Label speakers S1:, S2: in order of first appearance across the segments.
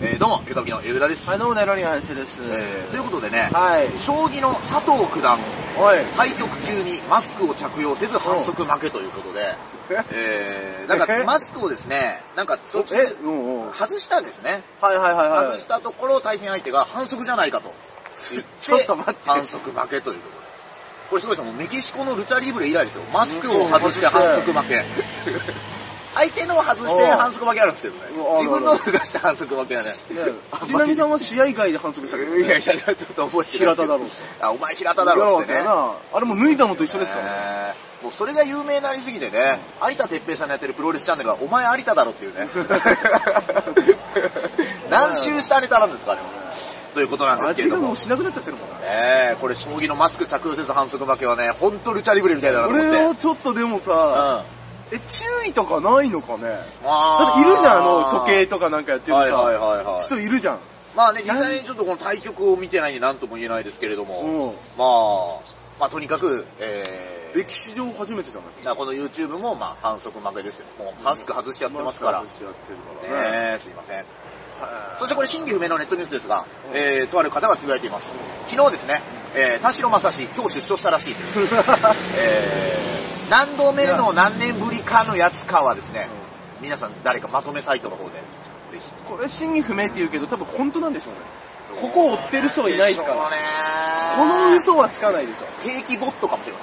S1: えーどうも、エルカブキのエルグダです。
S2: はい、どうもね、ロリン林です。
S1: えーということでね、
S2: はい。
S1: 将棋の佐藤九段、
S2: おい。
S1: 対局中にマスクを着用せず反則負けということで、 えー、なんか
S2: え
S1: マスクをですね、なんか途中
S2: え、うんうん。はい
S1: 外したんですね。
S2: はいはいは
S1: 外
S2: い
S1: し。たところ対戦相手が反則じゃないかと言っ
S2: ちょ
S1: て
S2: っと待って
S1: 反則負けということで。これすごいですよ、もうメキシコのルチャリブレ以来ですよ。マスクを外して反則負け。相手の外して反則負けあるんですけどね
S2: う。わ
S1: 自分の脱がして反則負けはね。
S2: ね藤波さんは試合外で反則したけど、ね。
S1: いやいや、ちょっと覚えてない
S2: 平田だろう
S1: あ、お前平田だろうっつってね。
S2: やなあれも脱いだのと一緒ですからね。
S1: ね。もうそれが有名になりすぎてね、有田哲平さんのやってるプロレスチャンネルは、お前有田だろっていう ね。何周したネタなんですか、あれは。ということなんですけれ
S2: 味
S1: ど
S2: がも
S1: も
S2: う。しなくなっちゃってるもんな。
S1: ええこれ、将棋のマスク着用せず反則負けはね、ほんとルチャリブレみたいだなと思って。
S2: 俺
S1: う
S2: は
S1: ん。
S2: ちょっとでもさ、え、注意とかないのかね。だ
S1: あ
S2: っているじゃん、あの、時計とかなんかやってるさ、
S1: はいはいはいはい
S2: 人いるじゃん。
S1: まあね、実際にちょっとこの対局を見てないんで何とも言えないですけれども、
S2: うん
S1: まあ、まあとにかく、えー、
S2: 歴史上初めてだね。
S1: だからこの YouTube もまあ反則負けですよ。もうマスク外してやってますから。
S2: マ
S1: ね
S2: スク外してやってるからね。
S1: えすいません。
S2: はい
S1: そしてこれ真偽不明のネットニュースですが、
S2: うん
S1: えー、とある方がつぶやいています。昨日ですね、えー、田代正史、今日出所したらしい です。えー、何度目の何年ぶりかのやつかはですね、皆さん誰かまとめサイトの方で、ぜひ。
S2: これ真偽不明って言うけど、多分本当なんでしょうね。ここを追ってる人はいないですか
S1: でしょう
S2: ら。
S1: ね
S2: この嘘はつか ないでしょ。
S1: 定期ボットかもしれ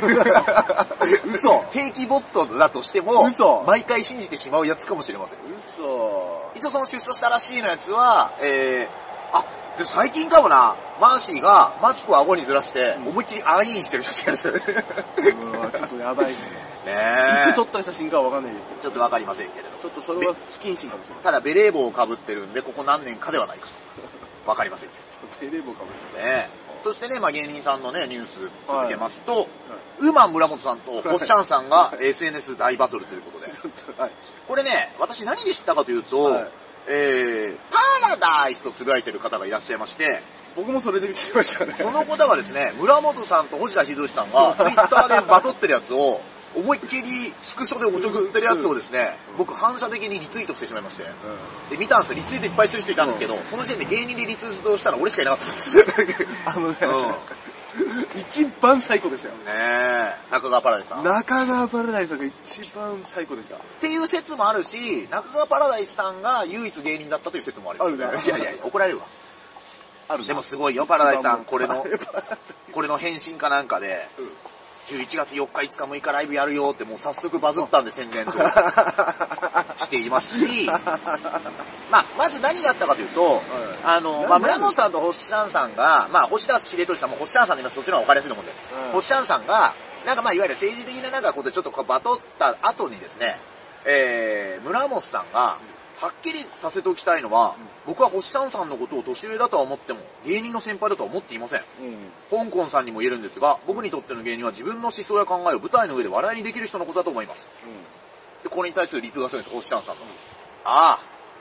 S1: ません。嘘定期ボットだとしても、
S2: 嘘
S1: 毎回信じてしまうやつかもしれません。
S2: 嘘
S1: 一応その出所したらしいのやつは、えー、あ、で最近かもな、マーシーがマスクを顎にずらして、思いっきりアイーンしてる写真です。ね
S2: うわちょっとやばいですね。い
S1: え
S2: つ撮った写真かはわかんないですけど、
S1: ちょっとわかりませんけれど。
S2: ちょっとそれは不謹慎かもしれない。
S1: ただベレー帽をかぶってるんで、ここ何年かではないかと。わかりませんけ
S2: テレボかもし
S1: どね。そしてね、まあ、芸人さんのね、ニュース続けますと、ウーマン村本さんとホッシャンさんが SNS 大バトルということで。
S2: れない。ちょっと、はい。
S1: これね、私何で知ったかというと、
S2: はい
S1: えー、パラダイスとつぶやいてる方がいらっしゃいまして、
S2: 僕もそれで見てきま したね。
S1: その方がですね、村本さんと星田秀さんが、ツイッターでバトってるやつを、思いっきりスクショでおちょくってるやつをですね、僕反射的にリツイートしてしまいまして、で、見たんですよ、リツイートいっぱいする人いたんですけど、その時点で芸人でリツイートしたら俺しかいなかった です。ね
S2: あのね
S1: う、
S2: 一番最高でしたよ。
S1: え、中川パラダイスさん。っ
S2: 中川パラダイスさんが一番最高でした。
S1: ていう説もあるし、中川パラダイスさんが唯一芸人だったという説もあります、
S2: あるね
S1: いやいやいや、怒られるわ。
S2: ある
S1: でもすごいよ、パラダイスさん、これの
S2: パラダイス、
S1: これの返信かなんかで
S2: うん、
S1: 11月4日、5日、6日ライブやるよって、もう早速バズったんで宣伝としていますし、まあ、まず何があったかというと、あの、まあ、
S2: な
S1: 村本さんと星シャンさんが、まあ、星田秀俊さんも星シャンさんの今そっちの方が分かりやすいと思うんで、
S2: うん
S1: 星シャンさんが、なんかまあ、いわゆる政治的ななんかことでちょっとこうバトった後にですね、えー、村本さんが、はっきりさせておきたいのは、僕は星シャンさんのことを年上だとは思っても、芸人の先輩だとは思っていません。
S2: うん。
S1: 香港さんにも言えるんですが、僕にとっての芸人は自分の思想や考えを舞台の上で笑いにできる人のことだと思います。で、これに対するリプがすごいんです、星シャンさんの。ああ、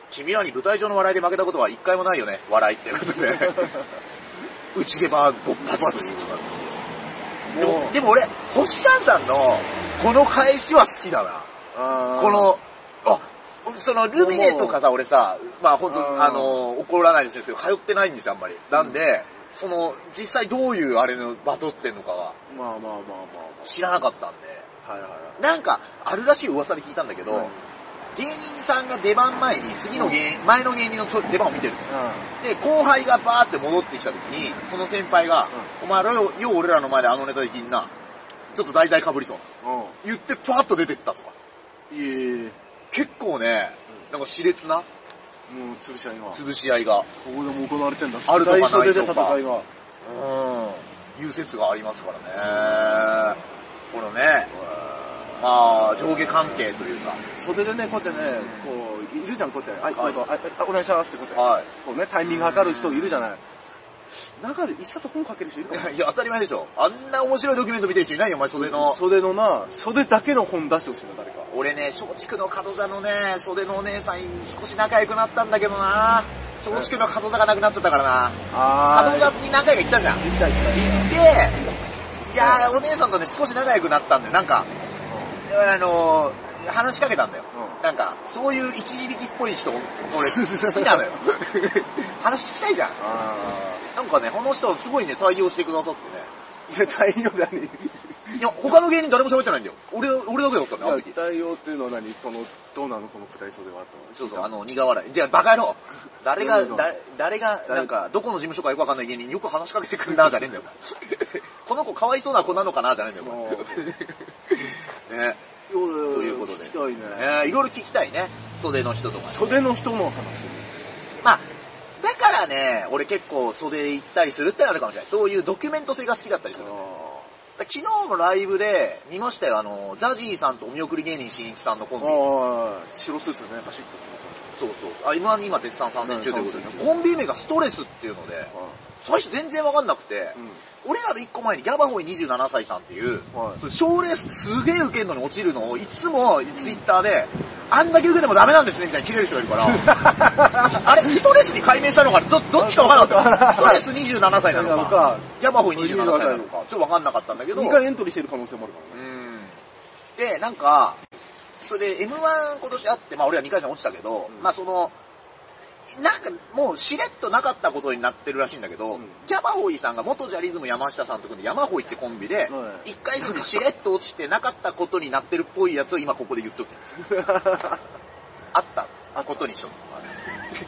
S1: 君らに舞台上の笑いで負けたことは一回もないよね、笑いっていうことで。内毛ば勃発というで
S2: も
S1: も、でも俺、星シャンさんの、この返しは好きだな。
S2: あー
S1: こ、の、あ、そのルミネとかさ、俺さ、まあ本
S2: う
S1: 当
S2: ん
S1: あの、怒らないですけど、通ってないんですよ、あんまり。なんで、その、実際どういうあれのバトってんのかは
S2: まあまあまあま
S1: 知らなかったんで。
S2: あまあ。はいはいはい。
S1: なんか、あるらしい噂で聞いたんだけど、
S2: うん
S1: 芸人さんが出番前に、次の芸、前の芸人の出番を見てる。
S2: う
S1: で、後輩がバーって戻ってきた時に、その先輩が、お前らよ、よう俺らの前であのネタできんな。ちょっと題材かぶりそう。
S2: ん。うん。
S1: 言ってパーッと出てったとか。
S2: いえ、
S1: 結構ね、なんか熾烈な
S2: もう潰し合いが。こ
S1: 潰し合いが、
S2: こでも行われてんだ。
S1: あるとかないとか
S2: 大袖で戦いが。
S1: うん、いう説がありますからね。このね、まあ、上下関係というか、
S2: 袖でね、こうやってね、こう、いるじゃん、こうやって、はい、どうぞはい、はいお願いしますってことで、
S1: はい
S2: こうね、タイミング測る人いるじゃない。中で一冊本書ける人いるかも
S1: いや、当たり前でしょ。あんな面白いドキュメント見てる人いないよ、お前、袖の。
S2: 袖のな、袖だけの本出してほしいな、誰か。
S1: 俺ね、松竹の門座のね、袖のお姉さん、少し仲良くなったんだけどな。松竹の門座がなくなっちゃったからな。
S2: あ
S1: 門座に何回か行ったじゃん。行っ
S2: 見たい見たい。
S1: て、いやー、お姉さんとね、少し仲良くなったんだよ。なんか、あのー話しかけたんだよ。
S2: うん
S1: なんか、そういう生き響きっぽい人、俺好きなのよ。話聞きたいじゃん。
S2: あ
S1: なんかね、この人すごいね、対応してくださってね。
S2: あ。いや、対応だね。
S1: いや、他の芸人誰も喋ってないんだよ。俺、俺だけだったの、あの時。
S2: 対応っていうのは何この、どうなのこの舞台袖はと。
S1: そうそう、あの、苦笑い。じゃあ、バカ野郎誰が、
S2: どうぞ
S1: だ誰が、なんか、どこの事務所かよくわかんない芸人によく話しかけてくるな、じゃねえんだよ。この子かわいそうな子なのかな、じゃねえんだよ。 ね。
S2: と
S1: と
S2: い
S1: いうことで。
S2: 聞きたいね。
S1: えーいろいろ聞きたいね。袖の人とかね。
S2: 袖の人の話。
S1: まあ、だからね、俺結構袖行ったりするってのあるかもしれない。そういうドキュメント性が好きだったりする。
S2: あ
S1: 昨日のライブで見ましたよ、あの、ザジーさんとお見送り芸人しんいちさんのコンビ。
S2: あ。白スーツね、パシッと。
S1: そうそうそう。あ、M1 に今絶賛参戦中ということで
S2: うん、
S1: コンビ名がストレスっていうので、最初全然わかんなくて、俺らの一個前にギャバホイ27歳さんっていう、
S2: はい
S1: そう賞レースすげえ受けるのに落ちるのをいつもツイッターで、あんだけ受けてもダメなんですねみたいに切れる人がいるから、 あれ、ストレスに解明したのかなど、どっちかわから なかった。ストレス27歳なのか
S2: なの、か
S1: ギャバホイ27歳なのか、ちょっとわかんなかったんだけど、
S2: 2回エントリーしてる可能性もあるからね。
S1: うんで、なんか、それで M1 今年あって、まあ俺ら2回戦落ちたけど、まあその、なんかもうしれっとなかったことになってるらしいんだけど、
S2: ん
S1: キャバホイさんが元ジャリズム山下さんと組んで山ホイってコンビで、
S2: はい
S1: 1回戦でしれっと落ちてなかったことになってるっぽいやつを今ここで言っとき ます。あったことにしとく。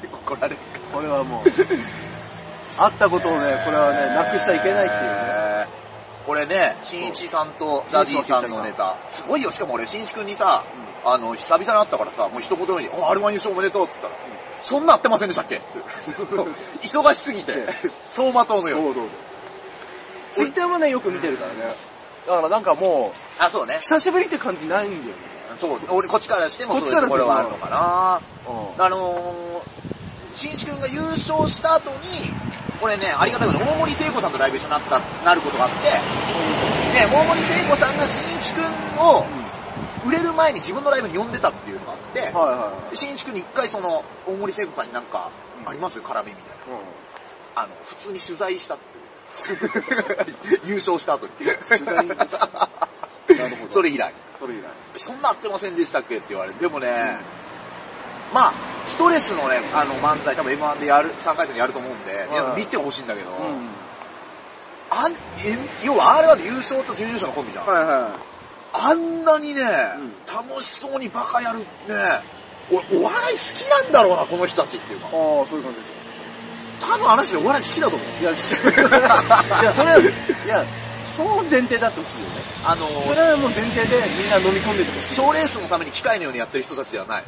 S1: 怒られるか。
S2: これは もう、あったことをね、これはね、なくしちゃいけないっていうね。
S1: これね、しんいちさんとザジーさんのネタ、すごいよ、しかも俺、しんいちくんにさ、あの、久々に会ったからさ、もう一言目に、あ、あれは優勝おめでとうっつったら、そんな会ってませんでしたっけって 忙しすぎて、走馬灯のように。
S2: そうそうそう。ツイッターもね、よく見てるからね。だからなんかもう、
S1: あ、そうね。
S2: 久しぶりって感じないんだよね。
S1: そう、俺、こっちからしても
S2: こ
S1: そ
S2: っ
S1: うい
S2: ち
S1: う
S2: から
S1: とこ
S2: する
S1: ろ
S2: と
S1: はあるのか
S2: う
S1: なあのー、しんいちくんが優勝した後に、俺ね、ありがたいことに大森聖子さんとライブ一緒になった、なることがあって、で、大森聖子さんがしんいちくんを、売れる前に自分のライブに呼んでたっていうのがあって、
S2: ん。はいは
S1: 新宿に一回その大森聖子さんになんか
S2: うん
S1: あります絡みみたい
S2: いはい。
S1: なあの普通に取材した っていう優勝した後に
S2: 取材になるほど。
S1: それ以来
S2: それ以来。
S1: そんな合ってませんでしたっけって言われてでもね、まあストレスのねあの漫才多分 m 1でやる3回戦でやると思うんで皆さん見てほしいんだけど、
S2: うん。
S1: あんえ要は r 1で優勝と準優勝のコンビじゃん、
S2: はいは
S1: あんなにね、
S2: ん
S1: 楽しそうにバカやるね俺お笑い好きなんだろうなこの人たちっていうか
S2: い。ああ、そういう感じですよ。
S1: 多分あの人お笑い好きだと思う
S2: いや、 しいや、それは、いや、そう前提だってほしいよね。
S1: あの
S2: それはもう前提でみんな飲み込んでてほしい。
S1: 賞レースのために機械のようにやってる人たちではない。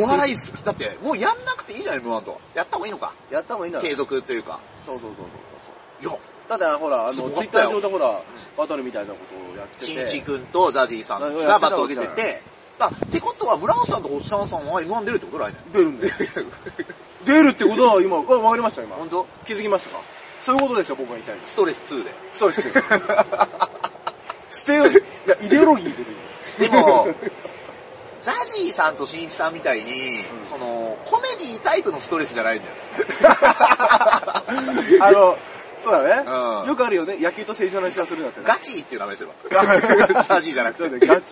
S1: お笑い好き。だって、もうやんなくていいじゃん、M1 と。やった方がいいのか。
S2: やった方がいいんだろ
S1: 継続というか。
S2: そうそうそうそうそう。
S1: いや、
S2: だってほら、あの、
S1: す
S2: ツ
S1: ごかっ
S2: イッ
S1: た
S2: タ
S1: よ
S2: ー上でほら、バトルみたいなことをやって
S1: しん
S2: て。
S1: いちくんとザジーさんがバトルってて。あ、ってことは、村尾さんと星さんさんは M1 出るってこと来年。
S2: 出るんだよ。出るってことは今、あわかりました今。
S1: 本当
S2: 気づきましたかそういうことですよ、僕が言いたいです。
S1: ストレス2で。
S2: そう です。ステオ、いや、イデオロギー 出てるよ。
S1: でも、ザジーさんとしんいちさんみたいに、
S2: ん
S1: その、コメディタイプのストレスじゃないんだよ。
S2: あの、そうだ
S1: うん
S2: ね。よくあるよね。野球と正常な話がするなんてね。
S1: ガチっていう名前に すれば。ザジーじゃな
S2: そう
S1: く
S2: だ
S1: て。
S2: ね、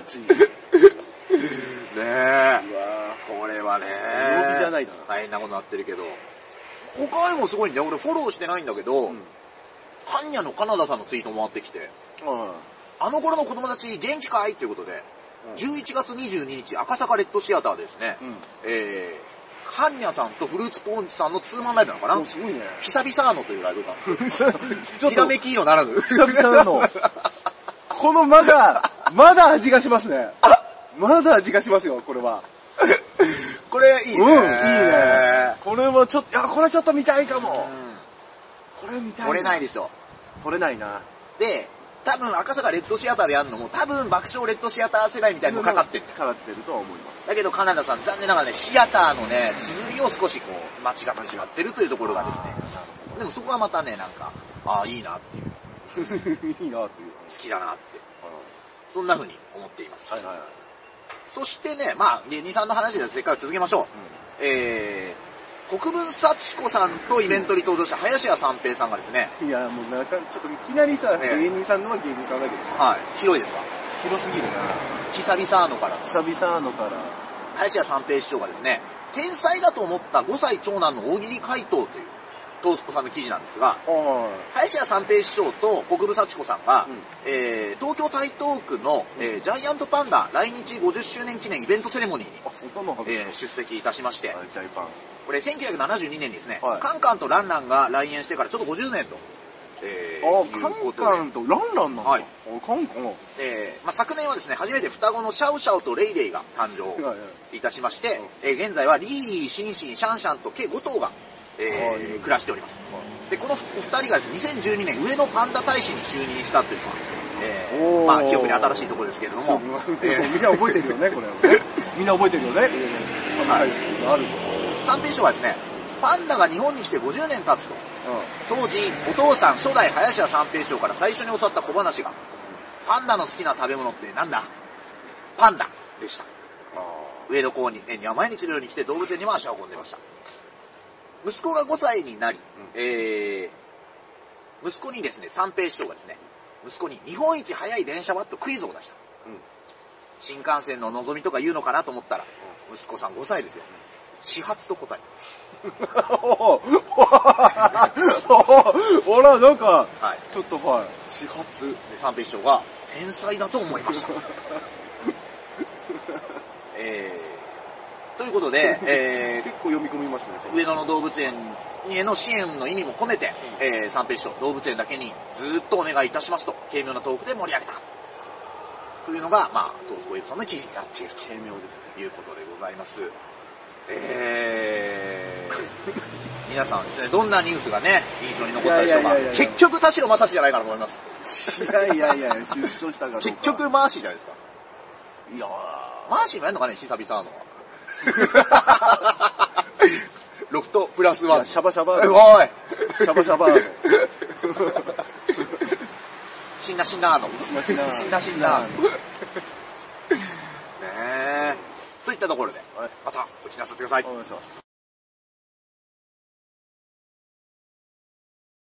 S2: チ。ガチ。
S1: ねえ。
S2: うわ
S1: これはね
S2: 曜日じゃないだな
S1: 大変なことになってるけど他にもすごいんだよ俺フォローしてないんだけど、
S2: ん
S1: ハンニャのカナダさんのツイート回ってきて
S2: ぁ。
S1: あの頃の子供たち元気かいということで、
S2: うん
S1: 11月22日赤坂レッドシアターですね、
S2: うん
S1: えー、ハンニャさんとフルーツポンチさんのツーマンライブなのか
S2: う。
S1: なん
S2: すごいね。
S1: 久々のというライブがあって
S2: ちょっと、
S1: ひらめ
S2: 久
S1: きいいのならぬ
S2: 々なの。このまだ、まだ味がしますね。まだ味がしますよ、これは。
S1: これいいね、
S2: うん、いいね。これはちょっと、いや、これちょっと見たいかも。これ見たい。
S1: 取れない
S2: で。
S1: でしょ
S2: 取れないな。
S1: で、多分赤坂レッドシアターでやるのも、多分爆笑レッドシアター世代みたいにもかかってる。
S2: かかってるとは思います。
S1: だけどカナダさん、残念ながらね、シアターのね、綴りを少しこう、間違ってしまってるというところがですね。でもそこはまたね、なんか、ああ、いいな っていう、好
S2: いいな、という。
S1: きだなって、そんな風に思っています。
S2: はいはいはい。
S1: そしてね、まあ、芸人さんの話でせっかく続けましょう。えー、国分幸子さんとイベントに登場した林家三平さんがですね、
S2: いや、もうなんか、ちょっといきなりさ、
S1: ええ
S2: 芸人さんのは芸人さんだけどさ、
S1: はい、広いですか
S2: 広すぎるな
S1: 久々のから。
S2: 久々のから。
S1: 林家三平師匠がですね、天才だと思った5歳長男の大喜利回答という、トースポさんの記事なんですが、
S2: は
S1: 林家三平師匠と国分幸子さんが、
S2: うん
S1: えー東京台東区の、えージャイアントパンダ来日50周年記念イベントセレモニーに
S2: い。、あ、そこの方が。
S1: えー出席いたしまして、
S2: はいジャイパン。
S1: これ1972年にですね、
S2: はい
S1: カンカンとランランが来園してからちょっと50年と、えー
S2: あ
S1: い、う
S2: カ
S1: こと
S2: ン
S1: で
S2: カンとランランなの
S1: はい
S2: あカンカン。はい
S1: えーまあ、昨年はですね、初めて双子のシャオシャオとレイレイが誕生
S2: はい
S1: いたしまして、えー現在はリーリー、シンシン、シャンシャンと計5頭が、
S2: は
S1: えー
S2: い
S1: 暮らしております。で、このお二人がですね、2012年上野パンダ大使に就任したというのは、えー
S2: おー
S1: まあ、記憶に新しいところですけれど も、え
S2: みん
S1: ー
S2: な覚えてるよね、これはね。みんな覚えてるよね。はい。ある
S1: 三平師匠はですね、パンダが日本に来て50年経つと、
S2: と。
S1: 当時、お父さん初代林家三平師匠から最初に教わった小話が、パンダの好きな食べ物ってなんだパンダでした。上野公園には毎日のように来て動物園にも足を運んでいました。息子が5歳になり、えー、息子にですね、三平師匠がですね、息子に日本一早い電車はとクイズを出した。
S2: うん
S1: 新幹線の望みとか言うのかなと思ったら、息子さん5歳ですよ。始発と答えた。
S2: うん。おら、なんか、
S1: はい。
S2: ちょっとはい。始発。
S1: で三平師匠が天才だと思いま した。えー、ということで、え
S2: 結構読み込みますね。
S1: ー、上野の動物園への支援の意味も込めて、えー、三平師匠、動物園だけにずっとお願いいたしますと、軽妙なトークで盛り上げた。というのが、まあ、東スポイルさんの記事になっている
S2: 軽妙ですね。
S1: ということでございます。えー、 皆さんはですね、どんなニュースがね、印象に残ったでしょう
S2: い
S1: か
S2: やいやいや。いや
S1: 結局、田代正史じゃないかなと思います。
S2: いやいやいや、出張したから。
S1: 結、局、マーシーじゃないですか。
S2: いや
S1: マーシーもやんのかね久々のは。 ロフトプラス
S2: ーい
S1: ワ
S2: や
S1: ン。
S2: シャバシャ
S1: お
S2: バ
S1: い
S2: ーの。シャバシャバーの。
S1: 死んだ死んだの。
S2: しましな。
S1: 死んだ死んだ。ねえ。といったところで
S2: はい、
S1: またお聞きなさってください。
S2: お願いします。